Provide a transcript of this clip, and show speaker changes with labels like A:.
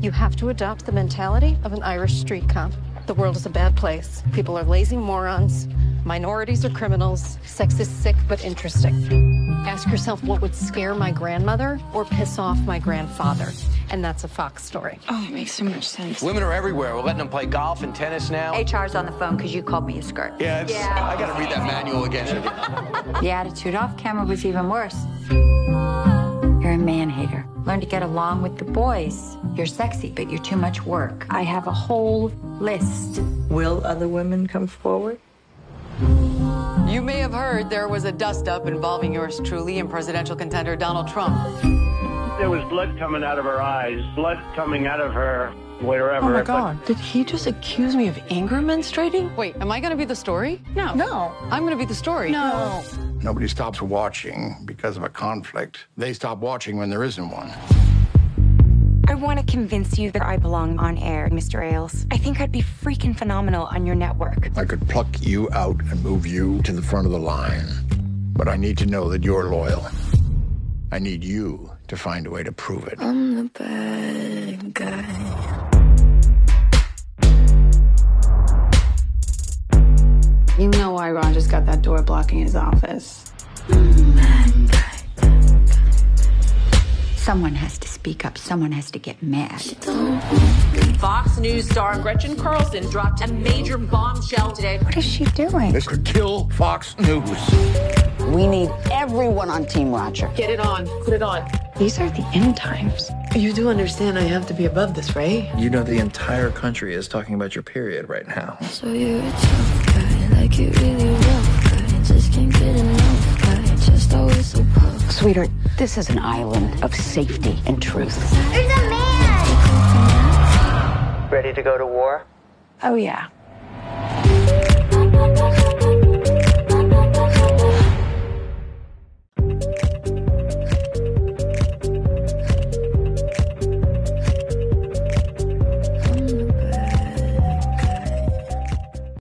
A: You have to adopt the mentality of an Irish street cop. The world is a bad place. People are lazy morons. Minorities are criminals. Sex is sick but interesting. Ask yourself what would scare my grandmother or piss off my grandfather. And that's a Fox story.
B: Oh, it makes so much sense.
C: Women are everywhere. We're letting them play golf and tennis now.
D: HR's on the phone because you called me a skirt.
C: Yeah, it's, yeah. I gotta read that manual again.
D: the attitude off camera was even worse. You're a man hater. Learn to get along with the boys. You're sexy, but you're too much work. I have a whole list.
E: Will other women come forward?
F: You may have heard there was a dust up involving yours truly and presidential contender Donald Trump.
G: There was blood coming out of her eyes, blood coming out of her wherever.
H: Oh my God. But... Did he just accuse me of anger menstruating?
F: Wait, am I going to be the story?
H: No.
F: No. I'm going to be the story.
H: No.
I: Nobody stops watching because of a conflict. They stop watching when there isn't one.
J: I want to convince you that I belong on air, Mr. Ailes. I think I'd be freaking phenomenal on your network.
I: I could pluck you out and move you to the front of the line. But I need to know that you're loyal. I need you to find a way to prove it.
B: I'm the bad guy.
K: You know why Roger's got that door blocking his office.
D: Someone has to speak up. Someone has to get mad.
L: Fox News star Gretchen Carlson dropped a major bombshell today.
D: What is she doing?
I: This could kill Fox News.
M: We need everyone on Team Roger.
L: Get it on. Put it on.
H: These are the end times. You do understand I have to be above this, right?
N: You know the entire country is talking about your period right now.
B: So you're a tough guy, like you really rough guy. Just can't get enough guy, just always so puff.
M: Sweetheart, this is an island of safety and truth.
O: There's a man!
P: Ready to go to war?
K: Oh yeah.